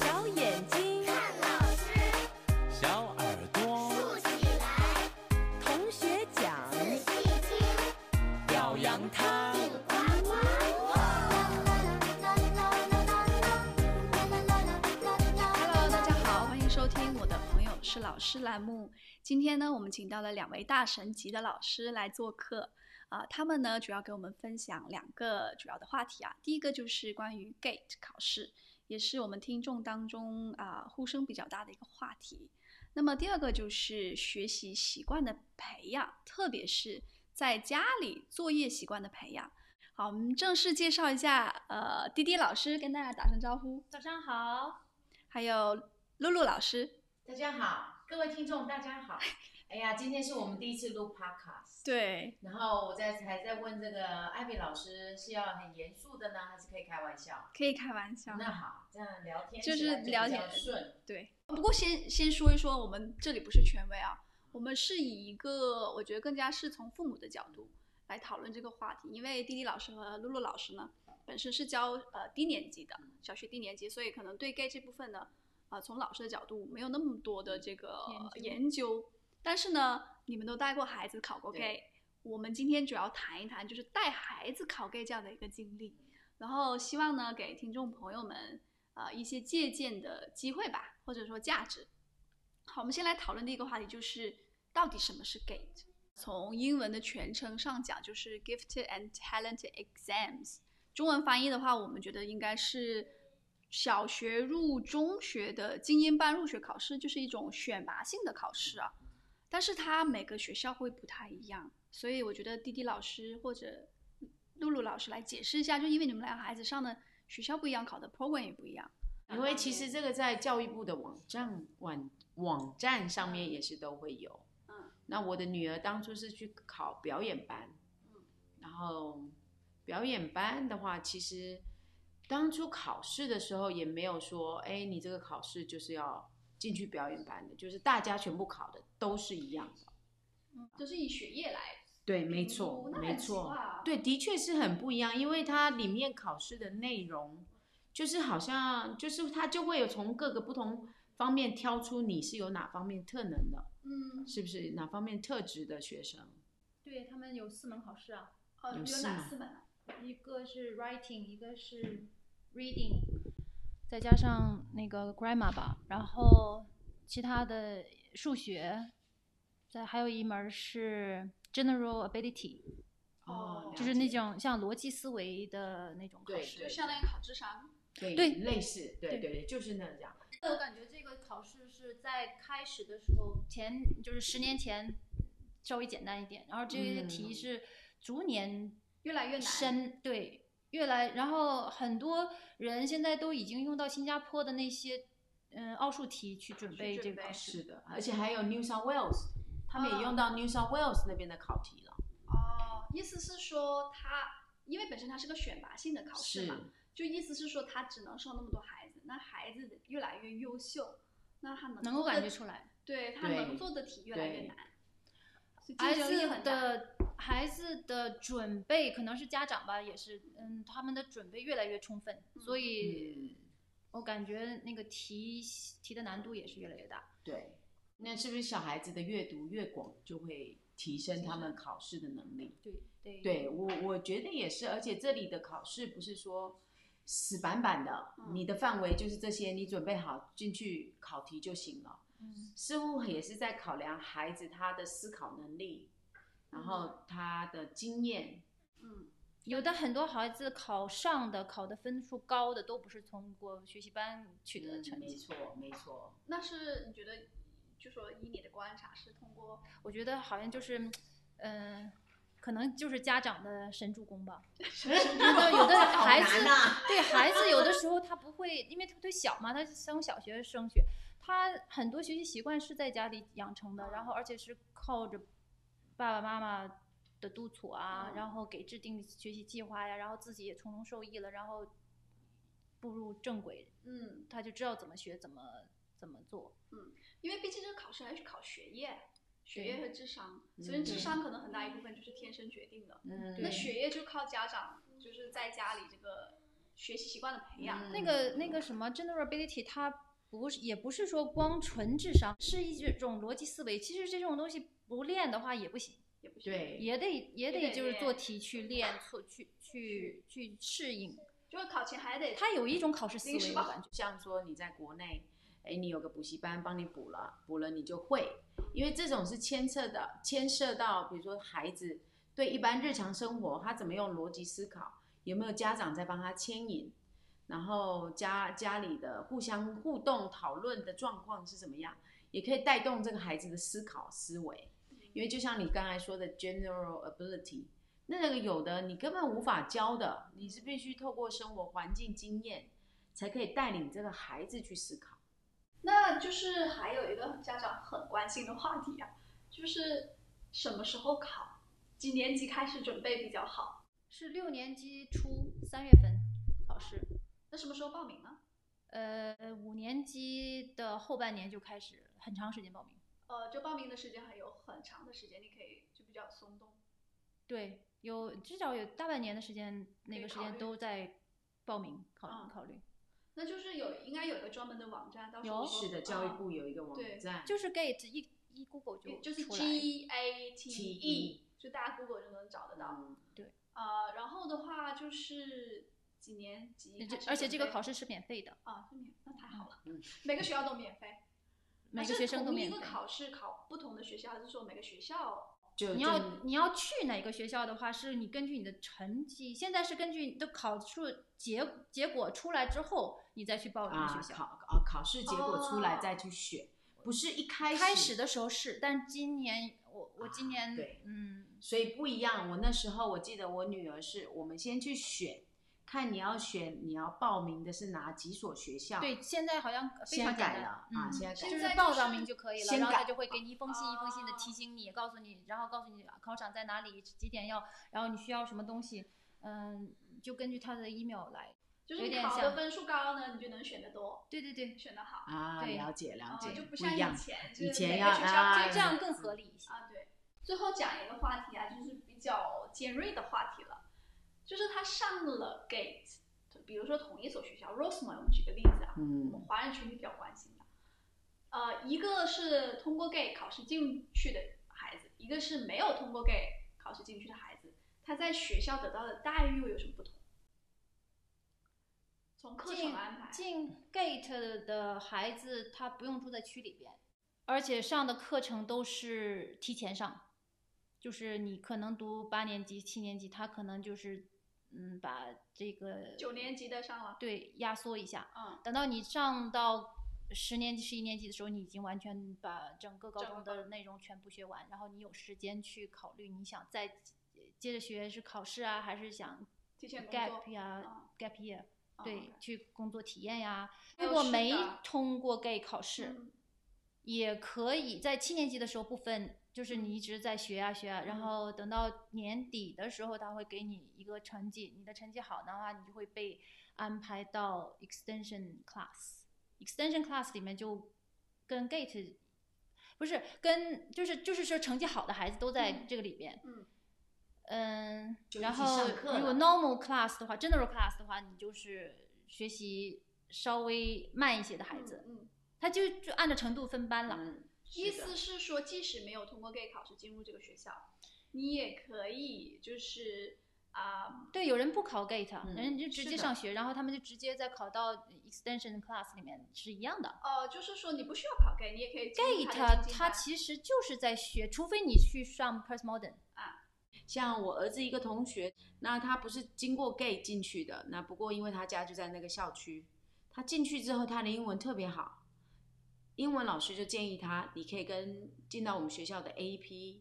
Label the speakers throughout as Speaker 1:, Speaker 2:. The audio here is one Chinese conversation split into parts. Speaker 1: 小眼睛，
Speaker 2: 看老师
Speaker 3: 小耳朵，
Speaker 2: 竖起来，
Speaker 1: 同学讲，
Speaker 2: 仔细听，
Speaker 3: 表扬他，
Speaker 2: 顶呱呱。
Speaker 4: Hello，大家好，欢迎收听我的朋友是老师栏目。今天呢，我们请到了两位大神级的老师来做客啊、他们呢主要给我们分享两个主要的话题啊。第一个就是关于 GATE 考试，也是我们听众当中啊、呼声比较大的一个话题。那么第二个就是学习习惯的培养，特别是在家里作业习惯的培养。好，我们正式介绍一下，呃，滴滴老师跟大家打声招呼。
Speaker 5: 早上好，
Speaker 4: 还有露露老师。
Speaker 5: 大家好，各位听众大 家好。哎呀，今天是我们第一次录 podcast，
Speaker 4: 对，
Speaker 5: 然后我在还在问这个艾比老师是要很严肃的呢，还是可以开玩笑？
Speaker 4: 可以开玩笑。
Speaker 5: 那好，这样聊天
Speaker 4: 就是
Speaker 5: 起来比
Speaker 4: 聊
Speaker 5: 较
Speaker 4: 天
Speaker 5: 顺。
Speaker 4: 对，不过先先说一说，我们这里不是权威啊，我们是以一个我觉得更加是从父母的角度来讨论这个话题，因为滴滴老师和露露老师呢，本身是教呃低年级的小学低年级，所以可能对 gay 这部分呢，啊、从老师的角度没有那么多的这个
Speaker 5: 研究
Speaker 4: 研究，但是呢，你们都带过孩子考过
Speaker 5: 对
Speaker 4: gay，我们今天主要谈一谈就是带孩子考 gay 这样的一个经历，然后希望呢给听众朋友们呃一些借鉴的机会吧，或者说价值。好，我们先来讨论第一个话题，就是到底什么是 GATE？从英文的全称上讲，就是 Gifted and Talented Exams。中文翻译的话，我们觉得应该是小学入中学的精英班入学考试，就是一种选拔性的考试啊。但是它每个学校会不太一样，所以我觉得滴滴老师或者露露老师来解释一下，就因为你们两个孩子上的学校不一样，考的 program 也不一样。
Speaker 5: 因为其实这个在教育部的网站网网站上面也是都会有。
Speaker 4: 嗯，
Speaker 5: 那我的女儿当初是去考表演班，
Speaker 4: 嗯
Speaker 5: 然后表演班的话，其实当初考试的时候也没有说，哎，你这个考试就是要进去表演班的，就是大家全部考的都是一样的。
Speaker 4: 嗯，就是以学业来。
Speaker 5: 对，
Speaker 4: 评
Speaker 5: 没错
Speaker 4: 估，那
Speaker 5: 没
Speaker 4: 很奇
Speaker 5: 错
Speaker 4: 怪啊，
Speaker 5: 对，的确是很不一样，因为它里面考试的内容，就是好像就是它就会有从各个不同方面挑出你是有哪方面特能的，
Speaker 4: 嗯，
Speaker 5: 是不是哪方面特质的学生？
Speaker 6: 对他们有四门考试啊，
Speaker 4: 哦，
Speaker 5: 有
Speaker 4: 有
Speaker 5: 四
Speaker 4: 哪
Speaker 5: 门
Speaker 4: 四门啊？
Speaker 6: 一个是 writing，一个是 reading，再加上那个 grammar 吧，然后其他的数学，再还有一门是 general ability，
Speaker 4: 哦
Speaker 6: 就是那种像逻辑思维的那种考
Speaker 5: 对
Speaker 6: 试。
Speaker 4: 就相当于考智商。
Speaker 5: 对
Speaker 6: 对
Speaker 5: 类似，对
Speaker 6: 对
Speaker 5: 对对，就是那样。
Speaker 6: 我感觉这个考试是在开始的时候，前就是十年前稍微简单一点，然后这些
Speaker 5: 嗯
Speaker 6: 题是逐年
Speaker 4: 越来越难
Speaker 6: 深，对，越来，然后很多人现在都已经用到新加坡的那些嗯奥数题去准备
Speaker 4: 准
Speaker 6: 这个
Speaker 4: 备
Speaker 6: 考
Speaker 5: 是
Speaker 6: 试，嗯
Speaker 5: 的，而且还有 New South Wales，他们
Speaker 4: 哦
Speaker 5: 也用到 New South Wales 那边的考题了。
Speaker 4: 哦，意思是说他，因为本身它是个选拔性的考试
Speaker 5: 是
Speaker 4: 嘛，就意思是说他只能收那么多孩子，那孩子越来越优秀，那他能
Speaker 6: 能够
Speaker 4: 做的
Speaker 6: 感觉出来，
Speaker 4: 对他
Speaker 5: 对
Speaker 4: 能做的题越来越
Speaker 5: 对
Speaker 4: 难，所以
Speaker 6: 孩
Speaker 4: 竞争力
Speaker 6: 子
Speaker 4: 很大。
Speaker 6: 的孩子的准备可能是家长吧，也是嗯，他们的准备越来越充分，所以
Speaker 5: 嗯，
Speaker 6: 我感觉那个题题的难度也是越来越大。
Speaker 5: 对。那是不是小孩子的阅读越广，就会提升他们考试的能力？
Speaker 6: 对对
Speaker 5: 对我，我觉得也是，而且这里的考试不是说死板板的，
Speaker 4: 嗯
Speaker 5: 你的范围就是这些，你准备好进去考题就行了。
Speaker 6: 嗯
Speaker 5: 似乎也是在考量孩子他的思考能力，然
Speaker 6: 嗯
Speaker 5: 后他的经验。
Speaker 4: 嗯，
Speaker 6: 有的很多孩子考上的、考的分数高的，都不是通过学习班取得的成
Speaker 5: 嗯没
Speaker 6: 绩。
Speaker 5: 错，没错。
Speaker 4: 那是你觉得，就说以你的观察是通过
Speaker 6: 我觉得好像就是，嗯、可能就是家长的神助攻吧。有的孩子、对孩子有的时候他不会，因为他对小嘛，他从小学升学，他很多学习习惯是在家里养成的，然后而且是靠着爸爸妈妈的督促啊，
Speaker 4: 嗯
Speaker 6: 然后给制定学习计划呀，然后自己也从中受益了，然后步入正轨，
Speaker 4: 嗯，
Speaker 6: 他就知道怎么学，怎么怎么做。
Speaker 4: 因为毕竟这个考试还是考学业，学业和智商，
Speaker 5: 嗯
Speaker 4: 虽然智商可能很大一部分就是天生决定的，
Speaker 5: 嗯，
Speaker 4: 那
Speaker 6: 对
Speaker 4: 学业就靠家长，就是在家里这个学习习惯的培
Speaker 5: 嗯
Speaker 4: 养。
Speaker 6: 那个那个什么 general ability，它不是也不是说光纯智商，是一种逻辑思维。其实这种东西不练的话也不行，
Speaker 4: 也不行。
Speaker 5: 对，
Speaker 6: 也得也
Speaker 4: 也
Speaker 6: 得
Speaker 4: 得
Speaker 6: 就是
Speaker 4: 练
Speaker 6: 做题去练，错去去去适应。
Speaker 4: 就是考前还得
Speaker 6: 它有一种考试思
Speaker 4: 临
Speaker 6: 维
Speaker 4: 时
Speaker 6: 的
Speaker 4: 抱
Speaker 6: 感觉。
Speaker 5: 像说你在国内，哎，你有个补习班帮你补了，补了你就会，因为这种是牵涉的，牵涉到比如说孩子对一般日常生活他怎么用逻辑思考，有没有家长在帮他牵引，然后家家里的互相互动讨论的状况是怎么样，也可以带动这个孩子的思考思维，因为就像你刚才说的 general ability。那个有的你根本无法教的，你是必须透过生活环境经验，才可以带领这个孩子去思考。
Speaker 4: 那就是还有一个家长很关心的话题啊，就是什么时候考，几年级开始准备比较好？
Speaker 6: 是六年级初三月份考试，
Speaker 4: 那什么时候报名呢？
Speaker 6: 呃，五年级的后半年就开始很长时间报名。
Speaker 4: 呃，就报名的时间还有很长的时间，你可以就比较松动。
Speaker 6: 对，有至少有大半年的时间，那
Speaker 4: 以
Speaker 6: 个时
Speaker 4: 考
Speaker 6: 间
Speaker 4: 虑
Speaker 6: 都在报名考、
Speaker 4: 嗯
Speaker 6: 考虑，
Speaker 4: 那就是有应该有一个专门的网站，到时
Speaker 6: 有
Speaker 4: 候
Speaker 5: 是的，教育部有一个网
Speaker 4: 对
Speaker 5: 站，
Speaker 6: 哦就是 GATE 一一 Google
Speaker 4: 就
Speaker 6: 就
Speaker 4: 就是
Speaker 6: 出来。
Speaker 4: G A T E，
Speaker 5: TE
Speaker 4: 就大家 Google 就能找得到。
Speaker 5: 嗯
Speaker 4: 呃，然后的话就是几年级开
Speaker 6: 这
Speaker 4: 始
Speaker 6: 而且这个
Speaker 4: 准备
Speaker 6: 考试是免费的，
Speaker 4: 啊，是免，那太好了
Speaker 5: 嗯，
Speaker 4: 每个学校都免费。
Speaker 6: 每
Speaker 4: 它
Speaker 6: 个
Speaker 4: 是
Speaker 6: 学生都
Speaker 4: 同
Speaker 6: 免
Speaker 4: 一
Speaker 6: 费
Speaker 4: 个。考试考不同的学校，还是说每个学校？
Speaker 5: 就
Speaker 6: 你
Speaker 5: 就
Speaker 6: 要你要去哪个学校的话，是你根据你的成绩，现在是根据你的考出结结果出来之后，你再去报名
Speaker 5: 啊
Speaker 6: 的学校。
Speaker 5: 考啊考试结果出来
Speaker 4: 哦
Speaker 5: 再去选，不是一开
Speaker 6: 开始的时候是，但今年我我今
Speaker 5: 啊
Speaker 6: 年、
Speaker 5: 对
Speaker 6: 嗯
Speaker 5: 所以不一样。我那时候我记得我女儿是我们先去选，看你要选你要报名的是哪几所学校，
Speaker 6: 对，现在好像非
Speaker 5: 先
Speaker 6: 常简
Speaker 5: 改
Speaker 6: 单
Speaker 5: 了啊
Speaker 6: 嗯
Speaker 5: 现在改
Speaker 6: 就
Speaker 4: 现
Speaker 6: 是
Speaker 4: 在
Speaker 6: 报
Speaker 4: 就
Speaker 6: 上
Speaker 4: 是
Speaker 6: 名就可以了，
Speaker 5: 先
Speaker 6: 然后他
Speaker 5: 改
Speaker 6: 就会给你一封信一封信的提
Speaker 4: 哦
Speaker 6: 醒你，告诉你，然后告诉你啊考场在哪里，几点要，然后你需要什么东西，嗯，就根据他的 email 来。
Speaker 4: 就是
Speaker 6: 有
Speaker 4: 你
Speaker 6: 点
Speaker 4: 考的
Speaker 6: 像
Speaker 4: 分数高呢，你就能选得多，
Speaker 6: 对对对，
Speaker 4: 选得好。
Speaker 5: 啊，
Speaker 6: 对哦
Speaker 5: 了解了
Speaker 4: 啊，
Speaker 5: 解，
Speaker 4: 就不
Speaker 5: 不
Speaker 4: 像
Speaker 5: 一样
Speaker 4: 以。前，就
Speaker 5: 以
Speaker 4: 是
Speaker 5: 前
Speaker 4: 每
Speaker 5: 要
Speaker 4: 个学校
Speaker 5: 哎
Speaker 4: 会
Speaker 6: 这样更合理一些。
Speaker 4: 啊，对。最后讲一个话题啊，就是比较尖锐的话题了，就是他上了 gate，比如说同一所学校 Rosemont，我们举个例子啊，我
Speaker 5: 嗯
Speaker 4: 们华人群体比较关心的。呃，一个是通过 GATE 考试进去的孩子，一个是没有通过 GATE 考试进去的孩子，他在学校得到的待遇又有什么不同？从课程
Speaker 6: 进
Speaker 4: 安排，
Speaker 6: 进 gate 的孩子，他不用住在区里边，而且上的课程都是提前上，就是你可能读八年级、七年级，他可能就是嗯把这个
Speaker 4: 九年级的上了，
Speaker 6: 对压缩一下，
Speaker 4: 嗯，
Speaker 6: 等到你上到十年级、十一年级的时候，你已经完全把整个高
Speaker 4: 整个
Speaker 6: 中
Speaker 4: 高
Speaker 6: 的内容全部学完，然后你有时间去考虑你想再接着学是考试啊，还是想
Speaker 4: 提前工作
Speaker 6: gap 呀、
Speaker 4: 嗯
Speaker 6: gap year。
Speaker 4: 嗯
Speaker 6: 对，去工作体验呀。
Speaker 4: 还有
Speaker 6: 如果
Speaker 4: 是
Speaker 6: 没
Speaker 4: 的
Speaker 6: 通过 GATE 考试，
Speaker 4: 嗯
Speaker 6: 也可以在七年级的时候不分，就是
Speaker 5: 嗯
Speaker 6: 你一直在学呀、学呀、然
Speaker 4: 嗯
Speaker 6: 后等到年底的时候，他会给你一个成绩，你的成绩好的话，你就会被安排到 extension class。extension class 里面就跟 GATE 不是跟就是就是说成绩好的孩子都在
Speaker 4: 嗯
Speaker 6: 这个里边。
Speaker 4: 嗯
Speaker 6: 嗯，
Speaker 5: 就一
Speaker 6: 然
Speaker 5: 起
Speaker 6: 后
Speaker 5: 上课
Speaker 6: 如果
Speaker 5: 了
Speaker 6: normal class 的话，general class 的话，你就是学习稍微慢一些的孩子，
Speaker 4: 嗯，嗯
Speaker 6: 他就就按照程度分班了。
Speaker 5: 嗯，
Speaker 4: 意
Speaker 5: 是的
Speaker 4: 思是说，即使没有通过 GATE 考试进入这个学校，你也可以就是啊、
Speaker 6: 对，有人不考 GATE，、
Speaker 5: 嗯
Speaker 6: 人家就直
Speaker 5: 是
Speaker 6: 接
Speaker 5: 的
Speaker 6: 上学，然后他们就直接再考到 extension class 里面是一样的。
Speaker 4: 呃，就是说你不需要考 GATE，你也可以进入它的精
Speaker 6: GATE
Speaker 4: 进
Speaker 6: 它
Speaker 4: 班
Speaker 6: 其实就是在学，除非你去上 p e r s modern，
Speaker 5: 像我儿子一个同学，那他不是经过 gay 进去的，那不过因为他家就在那个校区，他进去之后他的英文特别好，英文老师就建议他，你可以跟进到我们学校的 AEP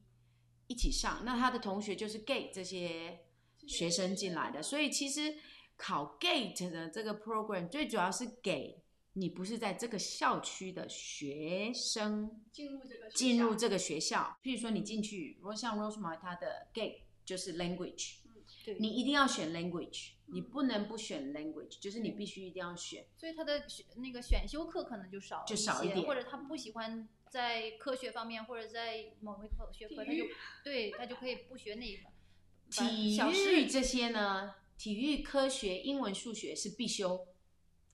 Speaker 5: 一起上。那他的同学就是 gay 这些学生进来的，所以其实考 gate 的这个 program 最主要是给你不是在这个校区的学生
Speaker 4: 进入这个学校
Speaker 5: 进入这个学校，譬如说你进去，如果像 Rosemary 它的 gate 就是 language，
Speaker 6: 对
Speaker 5: 你一定要选 language，你
Speaker 4: 嗯
Speaker 5: 不能不选 language，就是你必须一定要选。
Speaker 6: 所以他的选那个选修课可能就少
Speaker 5: 就少一
Speaker 6: 些，
Speaker 5: 点
Speaker 6: 或者他不喜欢在科学方面，或者在某一个学科，他
Speaker 4: 体
Speaker 6: 就
Speaker 4: 育
Speaker 6: 对他就可以不学那一个。把
Speaker 5: 体
Speaker 6: 小
Speaker 5: 育
Speaker 6: 时
Speaker 5: 这些呢，体育、科学、英文、数学是必修，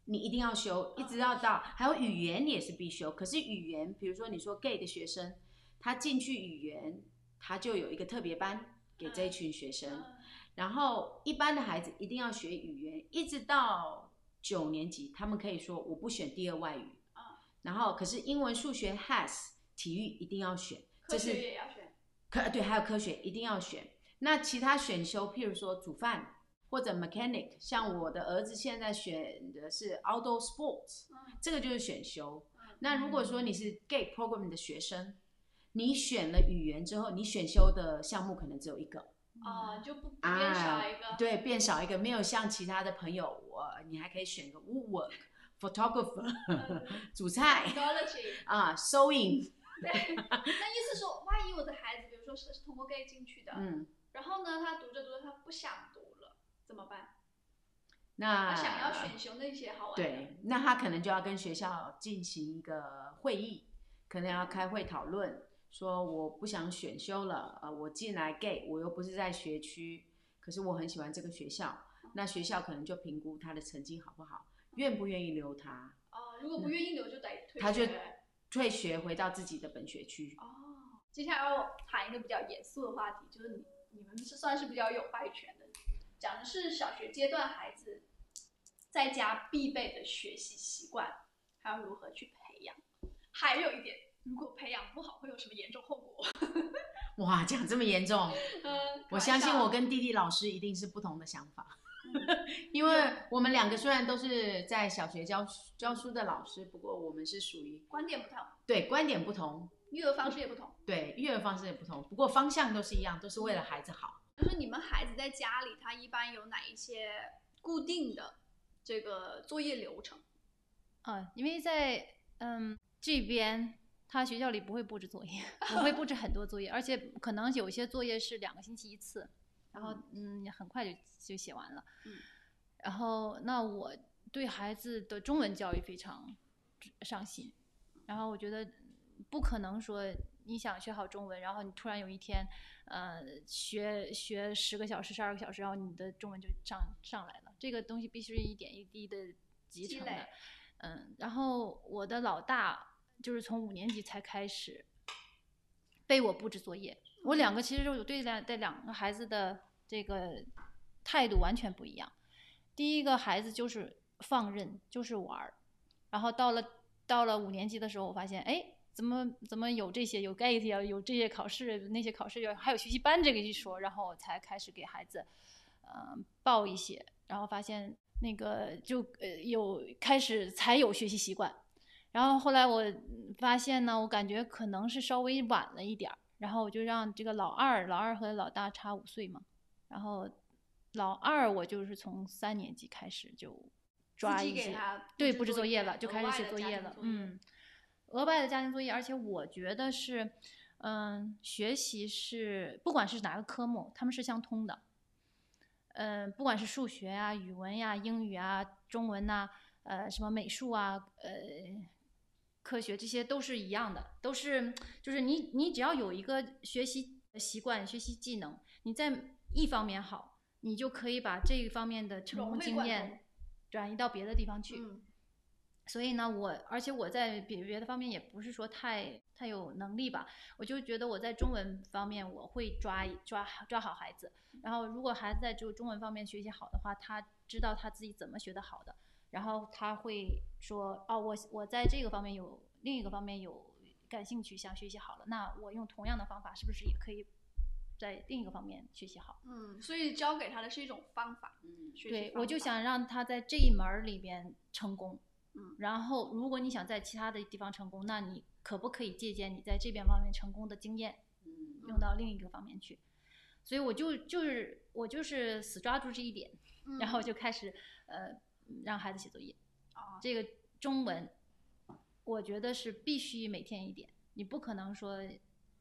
Speaker 5: 你一定要修，
Speaker 4: 嗯
Speaker 5: 一直要到还有语言也是必修。可是语言，比如说你说 gay 的学生，他进去语言，他就有一个特别班给这一
Speaker 4: 嗯
Speaker 5: 群学生。然后一般的孩子一定要学语言，一直到九年级，他们可以说我不选第二外语。
Speaker 4: 嗯
Speaker 5: 然后可是英文、数学、has、体育一定要选，这
Speaker 4: 科
Speaker 5: 是
Speaker 4: 学也要选。
Speaker 5: 科呃对，还有科学一定要选。那其他选修，譬如说煮饭或者 mechanic，像我的儿子现在选的是 outdoor sports，
Speaker 4: 嗯
Speaker 5: 这个就是选修
Speaker 4: 嗯。
Speaker 5: 那如果说你是 gay program 的学生，你选了语言之后，你选修的项目可能只有一个，
Speaker 4: 哦，就不不
Speaker 5: 啊
Speaker 4: 变少一个。
Speaker 5: 对，变少一个，没有像其他的朋友，我你还可以选个 woodwork、photographer、煮 菜
Speaker 4: Technology，
Speaker 5: 啊、收银，
Speaker 4: 那意思是，万一我的孩子，比如说是是通过 gay 进去的，
Speaker 5: 嗯，
Speaker 4: 然后呢，他读着读着他不想读了，怎么办？
Speaker 5: 那
Speaker 4: 他想要选修那些好玩的。
Speaker 5: 啊对，那他可能就要跟学校进行一个会议，可能要开会讨论，说我不想选修了，呃，我进来 gay，我又不是在学区，可是我很喜欢这个学校，那学校可能就评估他的成绩好不好，愿不愿意留他，
Speaker 4: 哦，如果不愿意留就得退学。
Speaker 5: 他就退学回到自己的本学区。
Speaker 4: 哦，接下来我谈一个比较严肃的话题，就是你你们是算是比较有话语权的，讲的是小学阶段孩子在家必备的学习习惯，还要如何去培养。还有一点，如果培养不好，会有什么严重后果？
Speaker 5: 哇，讲这么严重，
Speaker 4: 嗯，
Speaker 5: 我相信我跟弟弟老师一定是不同的想法，嗯 因为我们两个虽然都是在小学教教书的老师，不过我们是属于
Speaker 4: 观点不同，
Speaker 5: 对，观点不同，
Speaker 4: 育儿方式也不同。
Speaker 5: 对，育儿方式也不同，不过方向都是一样，都是为了孩子好。
Speaker 4: 就是你们孩子在家里，他一般有哪一些固定的这个作业流程？
Speaker 6: 啊，因为在嗯这边，他学校里不会布置作业， 不会布置很多作业，而且可能有些作业是两个星期一次，然后嗯很快就就写完了。
Speaker 4: 嗯
Speaker 6: 然后那我对孩子的中文教育非常上心，然后我觉得不可能说你想学好中文，然后你突然有一天呃学学十个小时、十二个小时，然后你的中文就上上来了，这个东西必须一点一滴的集
Speaker 4: 积
Speaker 6: 成
Speaker 4: 累
Speaker 6: 的。嗯，然后我的老大就是从五年级才开始被我布置作业。我两个其实我对两对两个孩子的这个态度完全不一样。第一个孩子就是放任，就是玩儿，然后到了到了五年级的时候，我发现哎，怎么怎么有这些有 GATE 啊，有这些考试那些考试，有还有学习班这个一说，然后我才开始给孩子呃报一些，然后发现那个就呃有开始才有学习习惯。然后后来我嗯发现呢，我感觉可能是稍微晚了一点儿，然后我就让这个老二，老二和老大差五岁嘛，然后老二我就是从三年级开始就抓
Speaker 4: 自
Speaker 6: 一
Speaker 4: 己
Speaker 6: 些
Speaker 4: 给他
Speaker 6: 对
Speaker 4: 布
Speaker 6: 布
Speaker 4: 置
Speaker 6: 置
Speaker 4: 作
Speaker 6: 作业
Speaker 4: 业
Speaker 6: 了，就
Speaker 4: 额
Speaker 6: 开始
Speaker 4: 外
Speaker 6: 写
Speaker 4: 的
Speaker 6: 作
Speaker 4: 家
Speaker 6: 业
Speaker 4: 庭
Speaker 6: 了，
Speaker 4: 作业
Speaker 6: 嗯，额外的家庭作业，而且我觉得是，嗯，学习是不管是哪个科目，他们是相通的，嗯，不管是数学啊、语文呀、英语啊、中文呐、呃，什么美术啊，呃，科学这些都是一样的，都是就是你你只要有一个学习习惯、学习技能，你在一方面好，你就可以把这一方面的成
Speaker 4: 融
Speaker 6: 功
Speaker 4: 会
Speaker 6: 经
Speaker 4: 贯
Speaker 6: 验
Speaker 4: 通
Speaker 6: 转移到别的地方去。
Speaker 4: 嗯
Speaker 6: 所以呢，我而且我在别别的方面也不是说太太有能力吧，我就觉得我在中文方面我会抓抓抓好孩子，然后如果孩子在这个中文方面学习好的话，他知道他自己怎么学得好的，然后他会说哦，我我在这个方面有另一个方面有感兴趣，想学习好了，那我用同样的方法是不是也可以在另一个方面学习好？
Speaker 4: 嗯，所以教给他的是一种方法，
Speaker 5: 嗯，
Speaker 4: 学习
Speaker 6: 对，
Speaker 4: 方
Speaker 6: 我就
Speaker 4: 法
Speaker 6: 想让他在这一门儿里边成功。
Speaker 4: 嗯
Speaker 6: 然后如果你想在其他的地方成功，那你可不可以借鉴你在这边方面成功的经验，
Speaker 5: 嗯
Speaker 6: 用到另一个方面去？所以我就就是我就是死抓住这一点，
Speaker 4: 嗯
Speaker 6: 然后就开始呃让孩子写作业。
Speaker 4: 哦
Speaker 6: 这个中文，我觉得是必须每天一点，你不可能说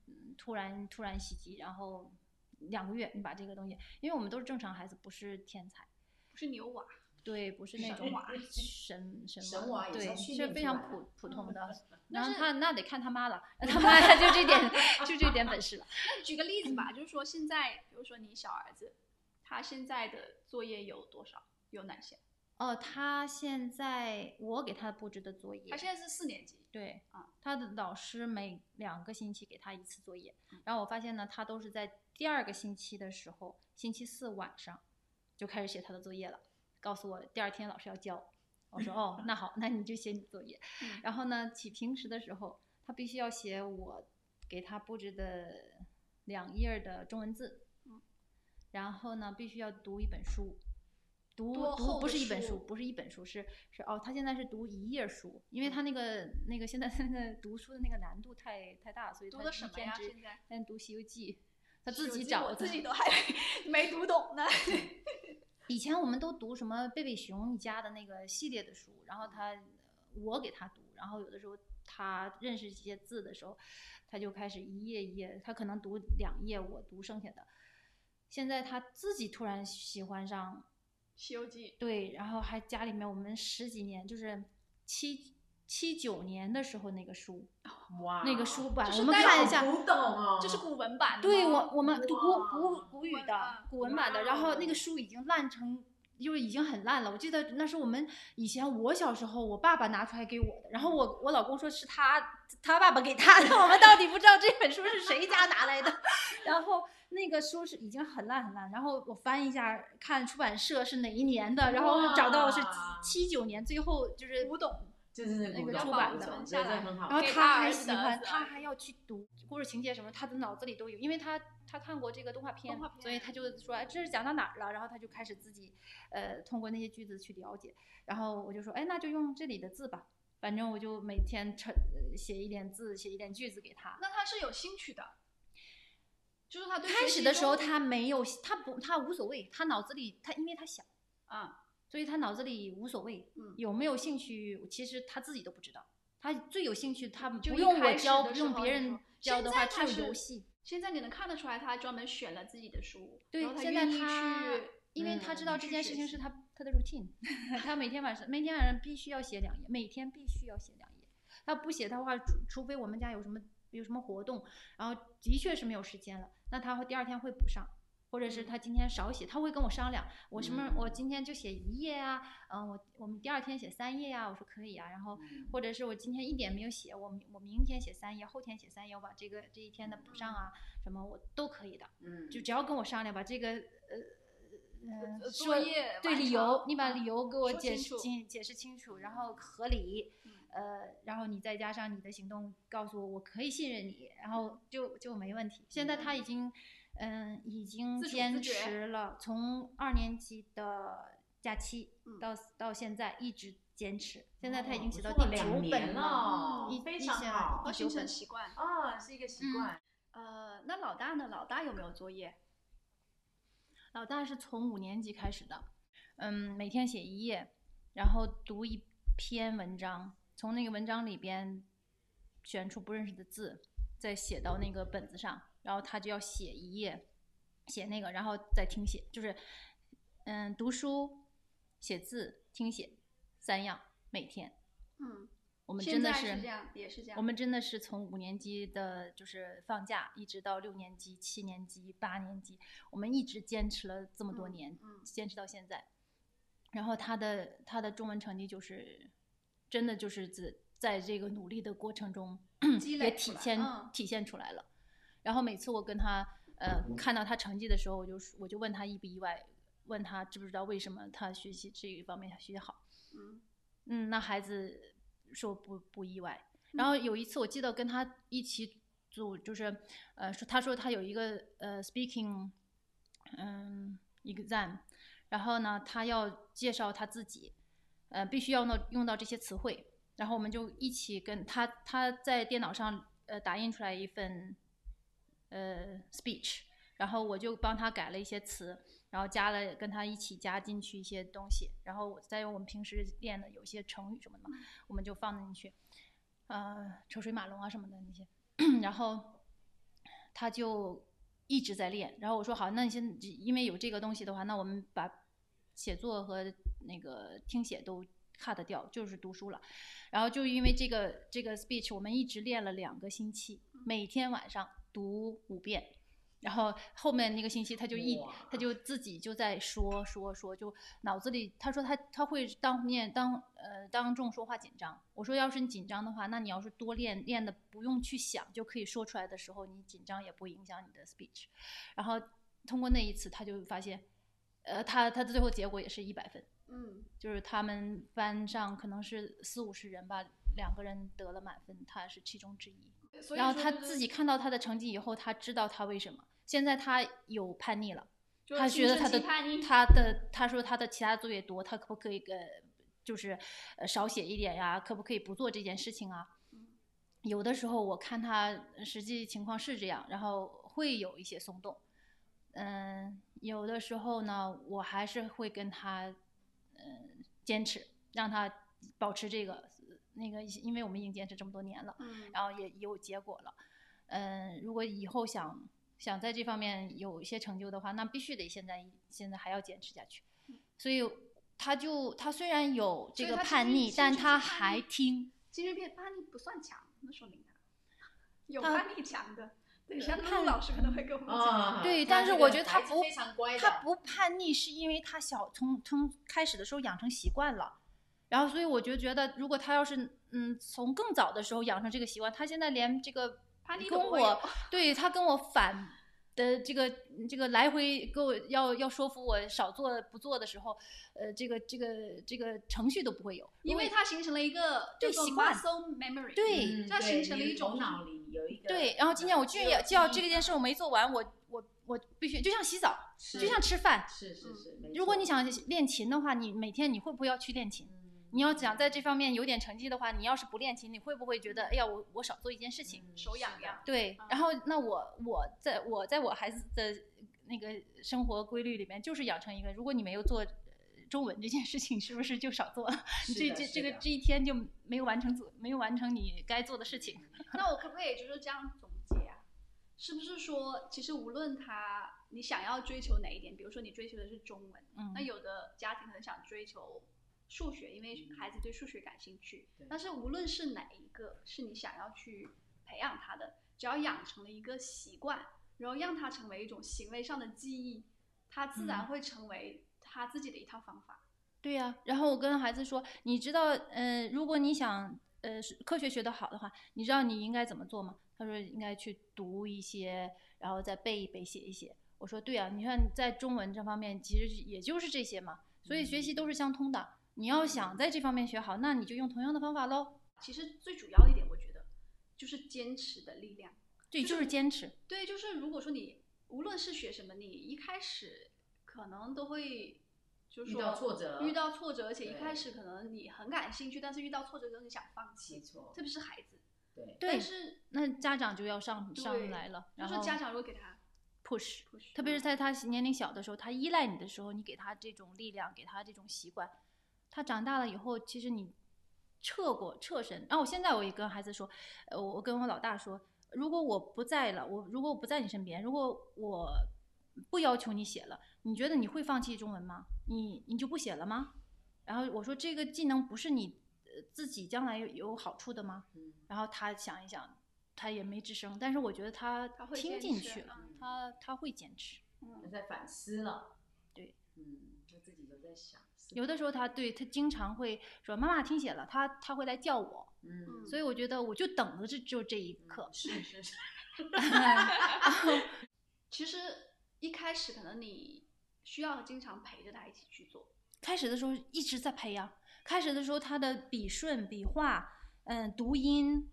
Speaker 6: 嗯突然突然袭击，然后两个月你把这个东西，因为我们都是正常孩子，不是天才。
Speaker 4: 不是牛娃，
Speaker 6: 对，不是那
Speaker 4: 神
Speaker 6: 种
Speaker 4: 娃
Speaker 6: 神神
Speaker 5: 神
Speaker 6: 娃
Speaker 5: 娃也是要
Speaker 6: 对，
Speaker 5: 训
Speaker 6: 是
Speaker 5: 练出
Speaker 6: 非常
Speaker 5: 来的
Speaker 6: 普普通
Speaker 4: 嗯
Speaker 6: 的。
Speaker 4: 但
Speaker 6: 然后
Speaker 4: 是
Speaker 6: 他那得看他 妈了，他妈就 这点就这点本事了。
Speaker 4: 那举个例子吧，就是说现在，比如说你小儿子，他现在的作业有多少？有哪些？
Speaker 6: 哦，他现在我给他布置的作业，
Speaker 4: 他现在是四年级，
Speaker 6: 对
Speaker 4: 啊，
Speaker 6: 他的老师每两个星期给他一次作业，
Speaker 4: 嗯
Speaker 6: 然后我发现呢，他都是在第二个星期的时候，星期四晚上就开始写他的作业了，告诉我第二天老师要交。我说哦，那好，那你就写你作业。
Speaker 4: 嗯
Speaker 6: 然后呢，起平时的时候，他必须要写我给他布置的两页儿的中文字，
Speaker 4: 嗯
Speaker 6: 然后呢，必须要读一本书。读
Speaker 4: 多厚
Speaker 6: 读不
Speaker 4: 的
Speaker 6: 是一本
Speaker 4: 书
Speaker 6: 书，不是一本书，是是哦，他现在是读一页书，因为
Speaker 4: 嗯
Speaker 6: 他那个那个现在现在读书的那个难度太太大，所以他
Speaker 4: 读的
Speaker 6: 一
Speaker 4: 什么
Speaker 6: 天
Speaker 4: 呀？
Speaker 6: 只
Speaker 4: 现在
Speaker 6: 现在读《西游记》，他自
Speaker 4: 手
Speaker 6: 己
Speaker 4: 机
Speaker 6: 找
Speaker 4: 我
Speaker 6: 的。
Speaker 4: 自 己都还没读懂呢。
Speaker 6: 以前我们都读什么贝贝熊一家的那个系列的书，然后他我给他读，然后有的时候他认识这些字的时候，他就开始一页一页，他可能读两页，我读剩下的。现在他自己突然喜欢上
Speaker 4: 西游记》
Speaker 6: 对，然后还家里面我们十几年就是七七九年的时候那个书，
Speaker 5: 哇，哦
Speaker 6: 那个书
Speaker 4: 这啊
Speaker 6: 版我
Speaker 4: 是
Speaker 6: 们
Speaker 4: 带
Speaker 6: 看
Speaker 4: 有
Speaker 6: 一下，
Speaker 5: 古董哦，
Speaker 4: 这是古文版的吗，
Speaker 6: 对我我们古
Speaker 5: 哇
Speaker 6: 古古语
Speaker 4: 文
Speaker 6: 的
Speaker 4: 版啊嗯
Speaker 6: 古文版的，然后那个书已经烂成。就是已经很烂了，我记得那是我们以前我小时候，我爸爸拿出来给我的，然后我我老公说是他他爸爸给他的，我们到底不知道这本书是谁家拿来的。 然后那个书是已经很烂很烂，然后我翻一下看出版社是哪一年的，然后找到是
Speaker 5: 哇
Speaker 6: 七九年，最后就是
Speaker 4: 啊古董。
Speaker 5: 这真的
Speaker 6: 那个
Speaker 5: 古董
Speaker 6: 出版
Speaker 5: 古
Speaker 6: 的
Speaker 5: 董
Speaker 4: 下
Speaker 5: 这真
Speaker 4: 来
Speaker 5: 很好
Speaker 6: 然后
Speaker 4: 给
Speaker 6: 他
Speaker 4: 他
Speaker 6: 还
Speaker 4: 儿
Speaker 6: 喜
Speaker 4: 子啊儿
Speaker 6: 欢，
Speaker 4: 子
Speaker 6: 他还要去读故事情节什么，他的脑子里都有，因为他他看过这个动画片，
Speaker 4: 画片嗯
Speaker 6: 所以他就说哎，这是讲到哪儿了，然后他就开始自己呃通过那些句子去了解，然后我就说哎，那就用这里的字吧，反正我就每天成呃写一点字，写一点句子给他。
Speaker 4: 那他是有兴趣的，就是他对
Speaker 6: 开
Speaker 4: 学
Speaker 6: 始
Speaker 4: 习
Speaker 6: 的时候
Speaker 4: 中
Speaker 6: 他没有，他不他无所谓，他脑子里他因为他小，
Speaker 4: 啊，
Speaker 6: 所以他脑子里无所谓，
Speaker 4: 嗯
Speaker 6: 有没有兴趣，其实他自己都不知道。他最有兴趣，他
Speaker 4: 就
Speaker 6: 不
Speaker 4: 一
Speaker 6: 用我
Speaker 4: 开始
Speaker 6: 教，
Speaker 4: 的
Speaker 6: 不
Speaker 4: 时
Speaker 6: 用
Speaker 4: 候
Speaker 6: 别
Speaker 4: 就
Speaker 6: 人
Speaker 4: 说
Speaker 6: 教
Speaker 4: 现
Speaker 6: 的
Speaker 4: 在
Speaker 6: 话，
Speaker 4: 他
Speaker 6: 只有游
Speaker 4: 是
Speaker 6: 戏。
Speaker 4: 现在你能看得出来，他专门选了自己的书，
Speaker 6: 对
Speaker 4: 然后，他
Speaker 6: 现
Speaker 4: 愿
Speaker 6: 在
Speaker 4: 意
Speaker 6: 他
Speaker 4: 去，
Speaker 6: 因为他知道
Speaker 4: 嗯
Speaker 6: 这
Speaker 4: 去
Speaker 6: 件
Speaker 4: 学
Speaker 6: 事情
Speaker 4: 习
Speaker 6: 是他他 的 routine，他每天晚上每天晚上必须要写两页，每天必须要写两页。他不写的话，除除非我们家有什么有什么活动，然后的确是没有时间了，那他会第二天会补上。或者
Speaker 4: 嗯
Speaker 6: 是他今天少写，他会跟我商量，我什么、我今天就写一页啊，嗯，我我们第二天写三页啊，我说可以啊，然后
Speaker 4: 嗯
Speaker 6: 或者是我今天一点没有写，我明我明天写三页，后天写三页，我把这个这一天的补
Speaker 4: 嗯
Speaker 6: 上啊，什么我都可以的。
Speaker 5: 嗯
Speaker 6: 就只要跟我商量，把这个呃
Speaker 4: 呃
Speaker 6: 呃
Speaker 4: 作
Speaker 6: 说
Speaker 4: 业
Speaker 6: 对
Speaker 4: 完
Speaker 6: 理
Speaker 4: 成
Speaker 6: 由，你把
Speaker 4: 嗯
Speaker 6: 理由给我
Speaker 4: 说
Speaker 6: 解
Speaker 4: 清
Speaker 6: 释
Speaker 4: 楚
Speaker 6: 清解释清楚，然后合理
Speaker 4: 嗯，
Speaker 6: 呃，然后你再加上你的行动，告诉我我可以信任你，然
Speaker 4: 嗯
Speaker 6: 后就就没问题。现在他已经嗯已经
Speaker 4: 自主
Speaker 6: 坚
Speaker 4: 自觉
Speaker 6: 持了，从二年级的假期
Speaker 4: 嗯
Speaker 6: 到到现在一直坚持，现在他已
Speaker 5: 哦
Speaker 6: 经
Speaker 5: 不
Speaker 6: 写到
Speaker 5: 错
Speaker 6: 第
Speaker 5: 两
Speaker 6: 九
Speaker 5: 年
Speaker 6: 本
Speaker 5: 了
Speaker 6: 一
Speaker 5: 非
Speaker 6: 一
Speaker 5: 常
Speaker 6: 下
Speaker 5: 好
Speaker 6: 一
Speaker 4: 要形
Speaker 6: 九本
Speaker 4: 成习惯。
Speaker 5: 哦，是一个习
Speaker 6: 嗯
Speaker 5: 惯，
Speaker 4: 呃，那老大呢？老大有没有作业？
Speaker 6: 老大是从五年级开始的，嗯，每天写一页，然后读一篇文章，从那个文章里边选出不认识的字，再写到那个本子上，然后他就要写一页，写那个，然后再听写，就是嗯，读书、写字、听写三样，每天。
Speaker 4: 嗯，
Speaker 6: 我们
Speaker 4: 现
Speaker 6: 真的
Speaker 4: 在
Speaker 6: 是
Speaker 4: 这样，也是这样。
Speaker 6: 我们真的是从五年级的，就是放假，一直到六年级、七年级、八年级，我们一直坚持了这么多
Speaker 4: 嗯
Speaker 6: 年，
Speaker 4: 嗯
Speaker 6: 坚持到现在。然后他的他的中文成绩就是，真的就是在在这个努力的过程中
Speaker 4: 积
Speaker 6: 也
Speaker 4: 累出
Speaker 6: 体
Speaker 4: 来
Speaker 6: 现、
Speaker 4: 嗯
Speaker 6: 体现出来了。然后每次我跟他呃看到他成绩的时候，我就我就问他意不意外，问他知不知道为什么他学习这一方面他学习好。
Speaker 4: 嗯
Speaker 6: 嗯，那孩子说不不意外。然后有一次我记得跟他一起组，就是呃说他说他有一个呃 speaking 嗯 exam，然后呢他要介绍他自己，呃必须要用到用到这些词汇，然后我们就一起跟他他在电脑上呃打印出来一份呃 speech，然后我就帮他改了一些词，然后加了跟他一起加进去一些东西，然后我再用我们平时练的有些成语什么的嘛，我们就放进去，呃，车水马龙啊什么的那些， 然后他就一直在练，然后我说好，那你先因为有这个东西的话，那我们把写作和那个听写都 cut 掉，就是读书了。然后就因为这个这个 speech，我们一直练了两个星期，每天晚上读五遍，然后后面那个星期他就一
Speaker 5: 哇
Speaker 6: 他就自己就在说说说，就脑子里他说他他会当面当呃当众说话紧张。我说要是你紧张的话，那你要是多练练的不用去想就可以说出来的时候，你紧张也不会影响你的 speech。然后通过那一次，他就发现，呃，他他的最后结果也是一百分。
Speaker 4: 嗯，
Speaker 6: 就是他们班上可能是四五十人吧，两个人得了满分，他是其中之一。
Speaker 4: 所以
Speaker 6: 然后
Speaker 4: 说
Speaker 6: 他
Speaker 4: 就是
Speaker 6: 自己看到他的成绩以后，他知道他为什么。现在他有叛逆了，
Speaker 4: 就是
Speaker 6: 他觉得
Speaker 4: 青
Speaker 6: 他
Speaker 4: 春
Speaker 6: 的
Speaker 4: 期叛逆
Speaker 6: 他的他说他的其他作业多，他可不可以呃就是呃少写一点呀、可不可以不做这件事情啊？
Speaker 4: 嗯
Speaker 6: 有的时候我看他呃实际情况是这样，然后会有一些松动。嗯，有的时候呢，我还是会跟他嗯坚持，让他保持这个呃那个，因为我们已经坚持这么多年了。
Speaker 4: 嗯
Speaker 6: 然后也也有结果了。嗯，如果以后想想在这方面有一些成就的话，那必须得现在现在还要坚持下去。所以他就他虽然有这
Speaker 4: 嗯所以
Speaker 6: 个
Speaker 4: 他其实
Speaker 6: 叛
Speaker 4: 是
Speaker 6: 逆，
Speaker 4: 是
Speaker 6: 但
Speaker 4: 是
Speaker 6: 他
Speaker 4: 叛
Speaker 6: 还
Speaker 4: 逆
Speaker 6: 听。
Speaker 4: 精神病叛逆不算强，那说明他有
Speaker 6: 他
Speaker 4: 叛逆强的。对，
Speaker 6: 对
Speaker 4: 像
Speaker 6: 叛
Speaker 4: 陆老师可能会跟我们
Speaker 5: 啊
Speaker 4: 讲，
Speaker 6: 对，
Speaker 5: 他
Speaker 6: 但是
Speaker 5: 这
Speaker 6: 我
Speaker 5: 个
Speaker 6: 觉得
Speaker 5: 孩
Speaker 6: 他
Speaker 5: 子
Speaker 6: 不
Speaker 5: 非常乖
Speaker 6: 他
Speaker 5: 的
Speaker 6: 不叛逆是因为他小从从开始的时候养成习惯了，然后所以我就觉得，如果他要是嗯从更早的时候养成这个习惯，他现在连这个
Speaker 4: 叛逆都
Speaker 6: 跟
Speaker 4: 不会有
Speaker 6: 我对他跟我反的这个这个来回跟我要要说服我少做不做的时候，呃，这个这个这个程序都不会有，
Speaker 4: 因为他形成了一个
Speaker 6: 对
Speaker 4: 叫做
Speaker 6: 习惯
Speaker 4: muscle memory，
Speaker 6: 对
Speaker 4: 这
Speaker 5: 嗯
Speaker 4: 样
Speaker 5: 对
Speaker 4: 形成
Speaker 5: 你
Speaker 4: 了
Speaker 5: 的
Speaker 4: 一种
Speaker 5: 头脑里有一个
Speaker 6: 对，然后今天我
Speaker 5: 肌
Speaker 6: 就
Speaker 5: 肉
Speaker 6: 要
Speaker 5: 记
Speaker 6: 就要
Speaker 5: 忆
Speaker 6: 这个件事我没做完，我我我必须就像洗澡，
Speaker 5: 是
Speaker 6: 就像吃饭，
Speaker 5: 是是是，没
Speaker 6: 如果
Speaker 5: 错
Speaker 6: 你想练琴的话，你每天你会不会要去练琴？你要想在这方面有点成绩的话，你要是不练琴，你会不会觉得，哎呀，我我少做一件事
Speaker 5: 嗯
Speaker 6: 情？
Speaker 4: 手痒痒。
Speaker 6: 对
Speaker 4: 啊，
Speaker 6: 然后那我我在我在我孩子的那个生活规律里面，就是养成一个，如果你没有做呃中文这件事情，是不是就少做了？
Speaker 5: 是
Speaker 6: 这
Speaker 5: 的
Speaker 6: 这
Speaker 5: 是
Speaker 6: 这个
Speaker 5: 的
Speaker 6: 这一天就没有完成做，没有完成你该做的事情。
Speaker 4: 那我可不可以就是这样总结啊？是不是说，其实无论他你想要追求哪一点，比如说你追求的是中文，
Speaker 6: 嗯
Speaker 4: 那，有的家庭可能想追求数学，因为孩子对数学感兴趣
Speaker 5: 对。
Speaker 4: 但是无论是哪一个，是你想要去培养他的，只要养成了一个习惯，然后让他成为一种行为上的记忆，他自然
Speaker 6: 嗯
Speaker 4: 会成为他自己的一套方法。
Speaker 6: 对呀、然后我跟孩子说，你知道，呃，如果你想，呃，是科学学得好的话，你知道你应该怎么做吗？他说应该去读一些，然后再背一背，写一写。我说对啊，你看在中文这方面，其实也就是这些嘛，所以学习都是相通的。你要想在这方面学好，那你就用同样的方法喽。
Speaker 4: 其实最主要一点，我觉得就是坚持的力量。
Speaker 6: 对，就是坚持。
Speaker 4: 对，就是如果说你无论是学什么，你一开始可能都会就是
Speaker 5: 遇
Speaker 4: 说
Speaker 5: 到挫折
Speaker 4: 遇到挫折，而且一
Speaker 5: 对
Speaker 4: 开始可能你很感兴趣，但是遇到挫折之后你想放
Speaker 5: 没
Speaker 4: 弃，
Speaker 5: 错
Speaker 4: 特，别是孩子。
Speaker 5: 对，
Speaker 6: 对
Speaker 4: 但，是
Speaker 6: 那家长就要上
Speaker 4: 对
Speaker 6: 上来了，
Speaker 4: 就
Speaker 6: 然
Speaker 4: 说
Speaker 6: 后
Speaker 4: 家长如果给他
Speaker 6: push。
Speaker 4: push，
Speaker 6: 特别是
Speaker 4: 嗯
Speaker 6: 在他年龄小的时候，他依赖你的时候，你给他这种力量，给他这种习惯，他长大了以后，其实你撤过撤身。然后我现在我也跟孩子说，呃，我我跟我老大说，如果我不在了，我如果我不在你身边，如果我不要求你写了，你觉得你会放弃中文吗？你你就不写了吗？然后我说这个技能不是你呃自己将来有有好处的吗？
Speaker 5: 嗯
Speaker 6: 然后他想一想，他也没吱声，但是我觉得他
Speaker 4: 他会坚
Speaker 6: 听进
Speaker 4: 持
Speaker 6: 去了
Speaker 4: 嗯，
Speaker 6: 他他会坚持。
Speaker 5: 他在反思了，
Speaker 6: 对，
Speaker 5: 嗯，他自己都在想，是
Speaker 6: 有的时候他对他经常会说妈妈听写了，他他会来叫我，
Speaker 5: 嗯，
Speaker 6: 所以我觉得我就等着这就这一刻
Speaker 5: 嗯。是是 是，
Speaker 4: 其实一开始可能你需要经常陪着他一起去做，
Speaker 6: 开始的时候一直在培养，开始的时候他的笔顺、笔画，嗯，读音，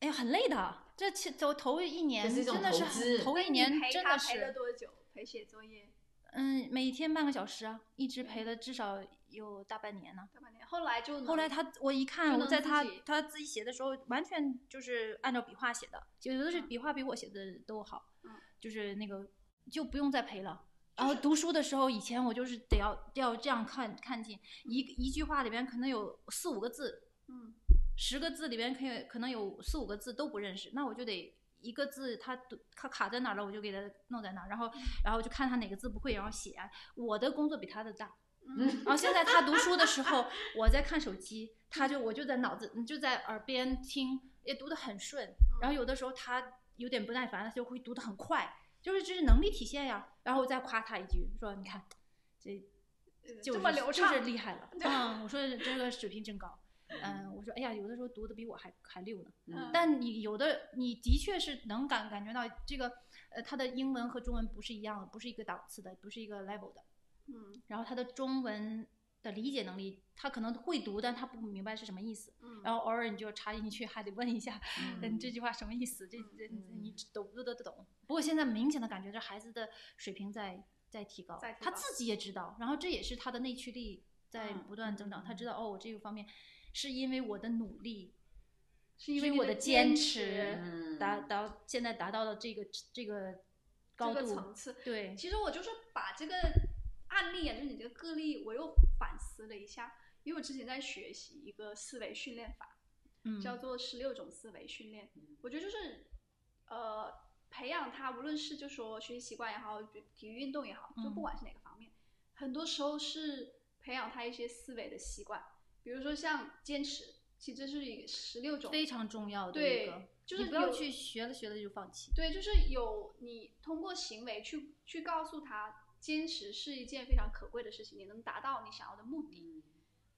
Speaker 6: 哎呀，很累的。这其头头一年
Speaker 5: 这是一种
Speaker 6: 真的是
Speaker 5: 投资
Speaker 6: 很头
Speaker 4: 那
Speaker 6: 一
Speaker 4: 你
Speaker 6: 年
Speaker 4: 陪
Speaker 6: 真
Speaker 4: 他
Speaker 6: 的
Speaker 4: 陪了
Speaker 6: 是，
Speaker 4: 多久？陪写作业
Speaker 6: 嗯，每天半个小时啊，一直陪了至少有大半年呢、
Speaker 4: 大半年，后来就
Speaker 6: 后来
Speaker 4: 能
Speaker 6: 他，我一
Speaker 4: 嗯
Speaker 6: 看，
Speaker 4: 就
Speaker 6: 我
Speaker 4: 能
Speaker 6: 在
Speaker 4: 自
Speaker 6: 他
Speaker 4: 己
Speaker 6: 他自己写的时候，完全就是按照笔画写的，有的是笔画比我写的都好，
Speaker 4: 嗯
Speaker 6: 就是那个就不用再陪了。然后读书的时候，以前我就是得要得要这样看看进一一句话里边可能有四五个字，
Speaker 4: 嗯
Speaker 6: 十个字里边可以可能有四五个字都不认识，那我就得一个字它读它卡在哪儿了，我就给它弄在哪儿，然后然后就看他哪个字不会，然后写啊。我的工作比他的大，
Speaker 4: 嗯
Speaker 6: 然后现在他读书的时候，我在看手机，他就我就在脑子就在耳边听，也读得很顺。然后有的时候他有点不耐烦了，他就会读得很快，就是这是能力体现呀。然后我再夸他一句，说你看这
Speaker 4: 嗯
Speaker 6: 就
Speaker 4: 这么
Speaker 6: 是
Speaker 4: 流
Speaker 6: 就
Speaker 4: 畅
Speaker 6: 是厉害了。嗯，我说这个水平 真高。嗯，我说哎呀，有的时候读的比我还还溜呢。
Speaker 4: 嗯
Speaker 6: 但你有的，你的确是能感感觉到这个，呃，他的英文和中文不是一样的，不是一个档次的，不是一个 level 的。
Speaker 4: 嗯
Speaker 6: 然后他的中文的理解能力，他可能会读，但他不明白是什么意思。
Speaker 4: 嗯，
Speaker 6: 然后偶尔你就插进去，还得问一下，嗯，
Speaker 5: 嗯
Speaker 6: 这句话什么意思？这这
Speaker 5: 嗯
Speaker 6: 你懂不懂得懂？不过现在明显的感觉，这孩子的水平在在提高
Speaker 4: 在，提
Speaker 6: 他
Speaker 4: 高
Speaker 6: 自己也知道，然后这也是他的内驱力在
Speaker 4: 嗯
Speaker 6: 不断增长，他知道哦，我这个方面是因为我的努力，
Speaker 4: 是
Speaker 6: 因
Speaker 4: 因
Speaker 6: 为
Speaker 4: 为
Speaker 6: 我
Speaker 4: 你
Speaker 6: 的
Speaker 4: 坚
Speaker 6: 持
Speaker 5: 嗯
Speaker 6: 达到现在达到了这个这个高
Speaker 4: 这个
Speaker 6: 度
Speaker 4: 层，次。
Speaker 6: 对，
Speaker 4: 其实我就是把这个案例啊，就是你这个个例，我又反思了一下，因为我之前在学习一个思维训练法，
Speaker 6: 嗯，
Speaker 4: 叫做十六种思维训练。我觉得就是，呃，培养他无论是就说学习习惯也好，体育运动也好，就不
Speaker 6: 嗯
Speaker 4: 管是哪个方面，很多时候是培养他一些思维的习惯，比如说像坚持，其实这是十六种
Speaker 6: 非常重要的一
Speaker 4: 对
Speaker 6: 个，，
Speaker 4: 就是
Speaker 6: 你不要
Speaker 4: 有
Speaker 6: 去学了学了就放弃，
Speaker 4: 对，就是有你通过行为去去告诉他，坚持是一件非常可贵的事情，你能达到你想要的目
Speaker 6: 嗯
Speaker 4: 的，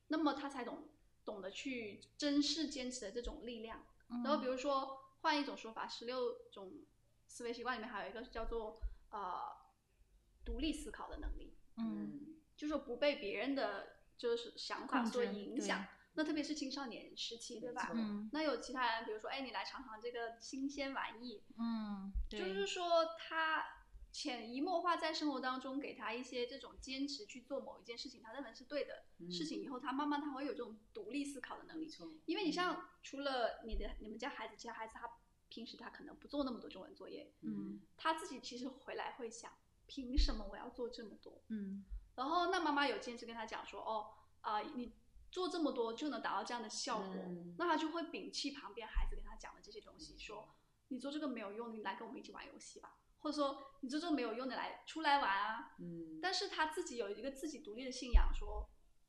Speaker 4: 那么他才懂懂得去珍视坚持的这种力量。然后比
Speaker 6: 如
Speaker 4: 如说换一种说法，十六种思维习惯里面还有一个叫做呃独立思考的能力，
Speaker 6: 嗯
Speaker 4: 就是不被别人的就是想法
Speaker 6: 控
Speaker 4: 所
Speaker 6: 制
Speaker 4: 影
Speaker 6: 对
Speaker 4: 响。那特别是青少年时期，对吧
Speaker 5: 没？错
Speaker 6: 嗯
Speaker 4: 那有其他人，比如说，哎，你来尝尝这个新鲜玩意，
Speaker 6: 嗯，对
Speaker 4: 就是说他潜移默化在生活当中给他一些这种坚持去做某一件事情，他认为是对的、
Speaker 6: 嗯
Speaker 4: 事情，以后他慢慢他会有这种独立思考的能力。因为你
Speaker 6: 嗯
Speaker 4: 像除了你的你们家孩子，其他孩子他平时他可能不做那么多中文作业，
Speaker 6: 嗯
Speaker 4: 他自己其实回来会想，凭什么我要做这么多？
Speaker 6: 嗯
Speaker 4: 然后那妈妈有坚持跟他讲说，哦啊、你做这么多就能达到这样的效果，
Speaker 5: 嗯
Speaker 4: 那他就会摒弃旁边孩子跟他讲的这些东西，说你做这个没有用，你来跟我们一起玩游戏吧，或者说你做这个没有用，你来出来玩啊。
Speaker 5: 嗯，
Speaker 4: 但是他自己有一个自己独立的信仰，说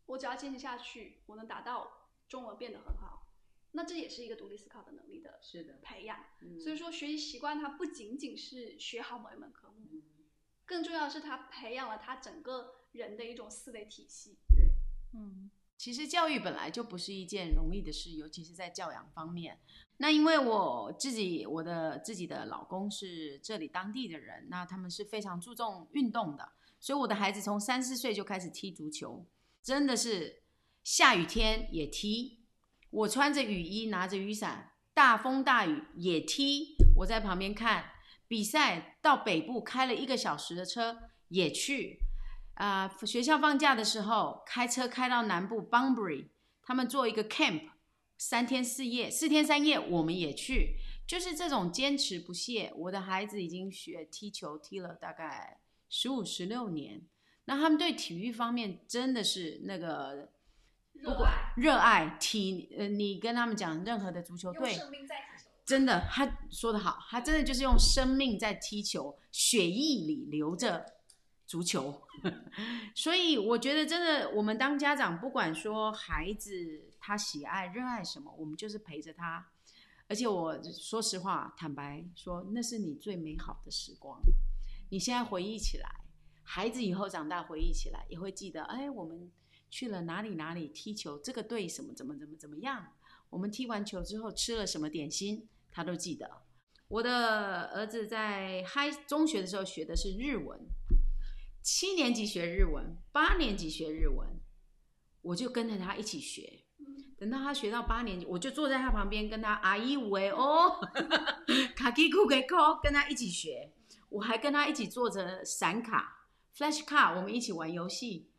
Speaker 4: 我只要坚持下去，我能达到中文变得很好，那这也是一个独立思考的能力的
Speaker 5: 是的，
Speaker 4: 培养。
Speaker 5: 嗯
Speaker 4: 所以说，学习习惯它不仅仅是学好某一门科目，
Speaker 5: 嗯
Speaker 4: 更重要的是，他培养了他整个人的一种思维体系。
Speaker 5: 对。
Speaker 6: 嗯
Speaker 5: 其实教育本来就不是一件容易的事，尤其是在教养方面。那因为我自己，我的自己的老公是这里当地的人，那他们是非常注重运动的，所以我的孩子从三四岁就开始踢足球，真的是下雨天也踢，我穿着雨衣拿着雨伞，大风大雨也踢，我在旁边看比赛，到北部开了一个小时的车也去，啊、学校放假的时候，开车开到南部 Bunbury，他们做一个 camp，三天四夜，四天三夜，我们也去，就是这种坚持不懈。我的孩子已经学踢球踢了大概十五十六年，那他们对体育方面真的是那个
Speaker 4: 热爱，
Speaker 5: 热爱体，呃，你跟他们讲任何的足球
Speaker 4: 用
Speaker 5: 队，
Speaker 4: 生命在体手。
Speaker 5: 真的，他说的好，他真的就是用生命在踢球，血液里流着足球。 所以我觉得，真的，我们当家长，不管说孩子他喜爱、热爱什么，我们就是陪着他。而且我说实话，坦白说，那是你最美好的时光。你现在回忆起来，孩子以后长大回忆起来，也会记得，哎，我们去了哪里哪里踢球，这个队什么怎么怎么怎么样，我们踢完球之后吃了什么点心，他都记得。我的儿子在嗨中学的时候学的是日文，七年级学日文，八年级学日文，我就跟着他一起学。等到他学到八年级，我就坐在他旁边跟他阿姨喂哦， 卡基库给扣，跟他一起学。我还跟他一起做着闪卡、flash 卡，我们一起玩游戏。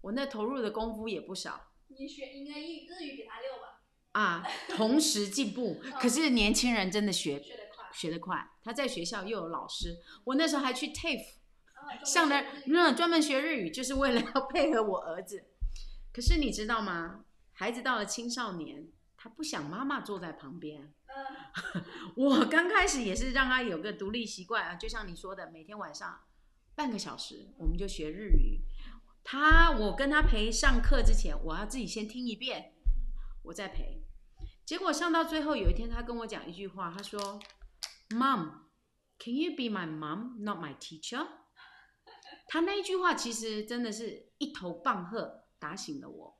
Speaker 5: 我那投入的功夫也不少。
Speaker 4: 你学应该日日语给他六吧，
Speaker 5: 啊，同时进步。 可是年轻人真的学
Speaker 4: 学得快。
Speaker 5: 学得快，他在学校又有老师，我那时候还去 TAFE
Speaker 4: 啊
Speaker 5: 上的
Speaker 4: 中文学日语
Speaker 5: 那专门学日语，就是为了要配合我儿子。可是你知道吗？孩子到了青少年，他不想妈妈坐在旁边。
Speaker 4: 嗯
Speaker 5: 我刚开始也是让他有个独立习惯啊，就像你说的，每天晚上半个小时我们就学日语。他，我跟他陪上课之前，我要自己先听一遍，我再陪。结果上到最后有一天，他跟我讲一句话，他说：“Mom, Can you be my mom, not my teacher？他那一句话其实真的是一头棒喝打醒了我，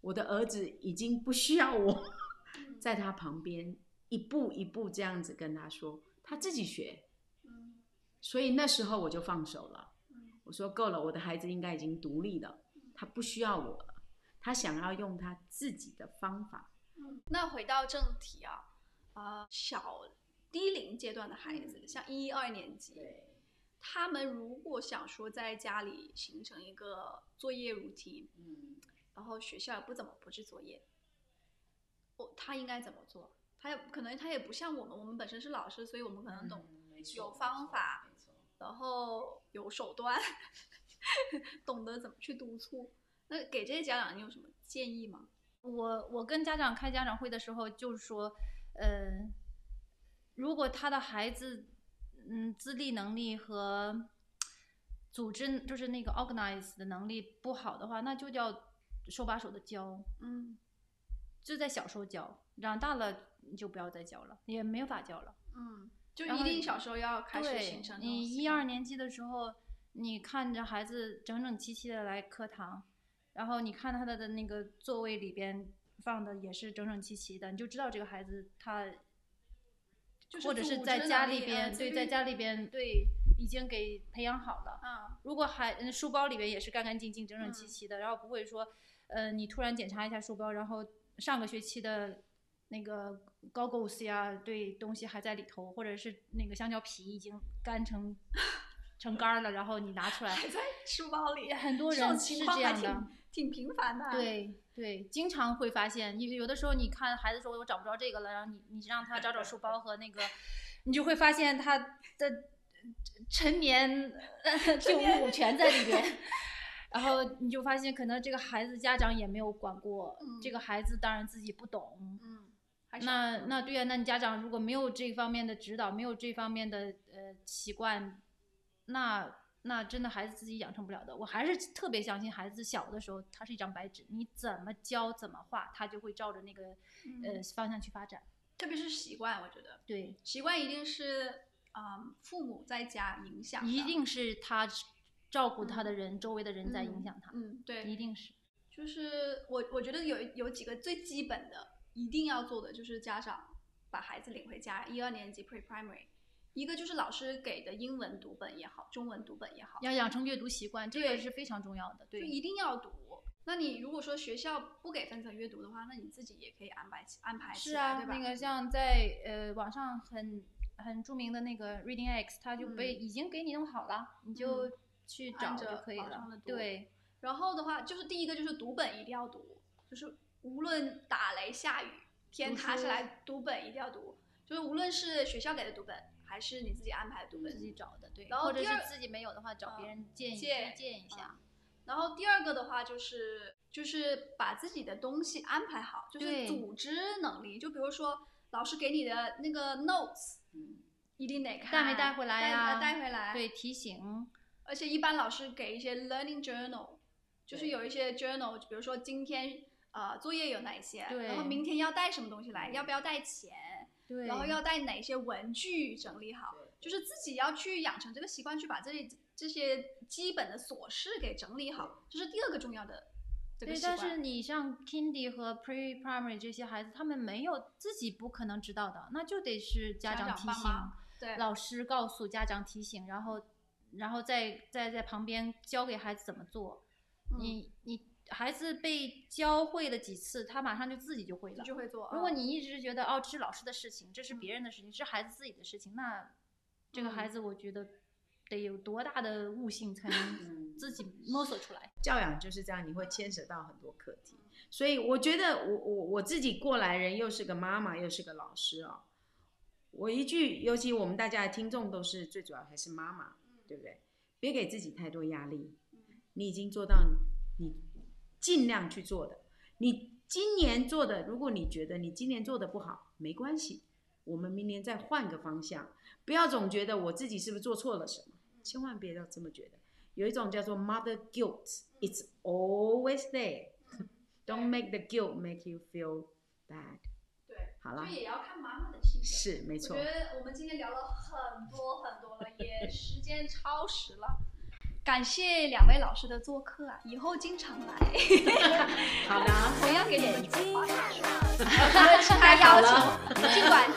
Speaker 5: 我的儿子已经不需要我
Speaker 4: 嗯
Speaker 5: 在他旁边一步一步这样子跟他说，他自己学。
Speaker 4: 嗯
Speaker 5: 所以那时候我就放手了
Speaker 4: 嗯，
Speaker 5: 我说够了，我的孩子应该已经独立了，他不需要我了，他想要用他自己的方法。
Speaker 4: 嗯，那回到正题啊，呃，小低龄阶段的孩
Speaker 5: 嗯
Speaker 4: 子，像一二年级，他们如果想说在家里形成一个作业 routine，
Speaker 5: 嗯，
Speaker 4: 然后学校也不怎么布置作业，我他应该怎么做？他也可能他也不像我们，我们本身是老师，所以我们可能懂，
Speaker 6: 嗯
Speaker 4: 有方法，然后有手段， 懂得怎么去督促。那给这些家长，你有什么建议吗？
Speaker 6: 我我跟家长开家长会的时候，就是说，嗯、如果他的孩子，嗯，自立能力和组织就是那个 organize 的能力不好的话，那就叫手把手的教，
Speaker 4: 嗯
Speaker 6: 就在小时候教，长大了你就不要再教了，也没法教了。
Speaker 4: 嗯，就
Speaker 6: 然
Speaker 4: 一
Speaker 6: 后
Speaker 4: 定小时候要开始
Speaker 6: 对
Speaker 4: 形成，这种
Speaker 6: 你
Speaker 4: 习
Speaker 6: 一
Speaker 4: 惯
Speaker 6: 二年级的时候，你看着孩子整整齐齐的来课堂，然后你看他的的那个座位里边放的也是整整齐齐的，你就知道这个孩子他，
Speaker 4: 就是
Speaker 6: 或者是
Speaker 4: 组
Speaker 6: 在
Speaker 4: 织
Speaker 6: 家
Speaker 4: 能
Speaker 6: 里
Speaker 4: 力
Speaker 6: 边，
Speaker 4: 嗯自
Speaker 6: 对，在
Speaker 4: 律
Speaker 6: 家里边对已经给培养好了。
Speaker 4: 啊，
Speaker 6: 如果还嗯书包里边也是干干净净、整整齐
Speaker 4: 嗯
Speaker 6: 齐的，然后不会说，呃，你突然检查一下书包，然后上个学期的那个高 goals 呀，对东西还在里头，或者是那个香蕉皮已经干成 成干儿了，然后你拿 出来，
Speaker 4: 还在书包里，
Speaker 6: 很多
Speaker 4: 这种
Speaker 6: 人
Speaker 4: 情
Speaker 6: 是
Speaker 4: 况
Speaker 6: 这
Speaker 4: 还
Speaker 6: 样的。
Speaker 4: 挺挺频繁的。，
Speaker 6: 对对，经常会发现，有有的时候你看孩子说我找不着这个了，然后你你让他找找书包和那个，你就会发现他的陈年旧物全在里边。然后你就发现，可能这个孩子家长也没有管过，这
Speaker 4: 嗯
Speaker 6: 个孩子当然自己不懂。
Speaker 4: 嗯，还是
Speaker 6: 那那对呀、那你家长如果没有这方面的指导，没有这方面的呃习惯，那那真的孩子自己养成不了的。我还是特别相信孩子小的时候，他是一张白纸，你怎么教怎么画，他就会照着那个呃
Speaker 4: 嗯
Speaker 6: 方向去发展。
Speaker 4: 特别是习惯，我觉得
Speaker 6: 对，
Speaker 4: 习惯一定是啊、嗯父母在家影响的，
Speaker 6: 一定是他照顾他的人，周围的人在影
Speaker 4: 嗯
Speaker 6: 响他，
Speaker 4: 嗯，对，
Speaker 6: 一定是。
Speaker 4: 就是我我觉得有有几个最基本的一定要做的，就是家长把孩子领回家，一二年级 pre primary，一个就是老师给的英文读本也好，中文读本也好，
Speaker 6: 要养成阅读习惯，这个
Speaker 4: 对
Speaker 6: 是非常重要的。
Speaker 4: 就
Speaker 6: 对，
Speaker 4: 一定要读。那你如果说学校不给分层阅读的话，那你自己也可以安排起安排起
Speaker 6: 是
Speaker 4: 来，
Speaker 6: 啊，
Speaker 4: 对吧？
Speaker 6: 那个像在呃网上很很著名的那个 Reading X，它就被、已经给你弄好了，你就
Speaker 4: 嗯
Speaker 6: 去
Speaker 4: 按
Speaker 6: 找
Speaker 4: 着
Speaker 6: 就可以
Speaker 4: 网上的
Speaker 6: 了
Speaker 4: 读。
Speaker 6: 对，
Speaker 4: 然后的话，就是第一个就是读本一定要读，就是无论打雷下雨，天
Speaker 6: 读书
Speaker 4: 塌下来，读本一定要读。就是无论是学校给的读本，还是你自己安排的读本，
Speaker 6: 自己找的，对，
Speaker 4: 然后
Speaker 6: 或者
Speaker 4: 第
Speaker 6: 是
Speaker 4: 二
Speaker 6: 自己没有的话，找
Speaker 4: 嗯
Speaker 6: 别人建议
Speaker 4: 借
Speaker 6: 推荐一下。
Speaker 4: 然后第二个的话就是就是把自己的东西安排好，就是
Speaker 6: 对
Speaker 4: 组织能力。就比如说老师给你的那个 notes，
Speaker 5: 嗯
Speaker 4: 一定得看
Speaker 6: 带没带回来呀
Speaker 4: 带带回来。
Speaker 6: 对，，提醒，
Speaker 4: 而且一般老师给一些 learning journal，就是
Speaker 5: 对
Speaker 4: 有一些 journal，比如说今天呃作业有哪些，
Speaker 6: 对
Speaker 4: 然后明天要带什么东西来，要不要带钱，
Speaker 6: 对，
Speaker 4: 然后要带哪些文具，整理好，
Speaker 5: 对
Speaker 4: 就是自己要去养成这个习惯，去把这些这些基本的琐事给整理好，这是第二个重要的这个
Speaker 6: 对，
Speaker 4: 习
Speaker 6: 但
Speaker 4: 惯。
Speaker 6: 是你像 Kindy 和 Pre Primary 这些孩子，他们没有自己不可能知道的，那就得是家
Speaker 4: 家
Speaker 6: 长
Speaker 4: 长
Speaker 6: 提
Speaker 4: 帮
Speaker 6: 醒。
Speaker 4: 忙对，
Speaker 6: 老师告诉家长提醒，然后然后再再在旁边教给孩子怎么做。
Speaker 4: 嗯
Speaker 6: 你你孩子被教会了几次，他马上就自己就会
Speaker 4: 你
Speaker 6: 了。
Speaker 4: 就会做。
Speaker 6: 如果
Speaker 4: 嗯
Speaker 6: 你一直觉得哦，这是老师的事情，这是
Speaker 4: 嗯
Speaker 6: 别人的事情，这是孩子自己的事情，那这个孩
Speaker 4: 嗯
Speaker 6: 子我觉得得有多大的悟性才能
Speaker 5: 嗯
Speaker 6: 自己摸索出 来？
Speaker 5: 教养就是这样，你会牵扯到很多课题。所以我觉得我我我自己过来人，又是个妈妈，又是个老师哦。我一句，尤其我们大家的听众都是最主要还是妈妈，对不对？别给自己太多压力，你已经做到你尽量去做的。你今年做的，如果你觉得你今年做的不好，没关系，我们明年再换个方向。不要总觉得我自己是不是做错了什么，千万别要这么觉得。有一种叫做 mother guilt，it's always there。Don't make the guilt make you feel bad。
Speaker 4: 对，
Speaker 5: 好
Speaker 4: 就
Speaker 5: 啦，
Speaker 4: 也要看妈妈的性格。
Speaker 5: 是没
Speaker 4: 我
Speaker 5: 错
Speaker 4: 觉，得我们今天聊了很多很多了，也时间超时了。感谢两位老师的做客啊，以后经常来，
Speaker 5: 好的。
Speaker 4: 同样给你们
Speaker 1: 眼睛
Speaker 4: 传话其他要求，尽管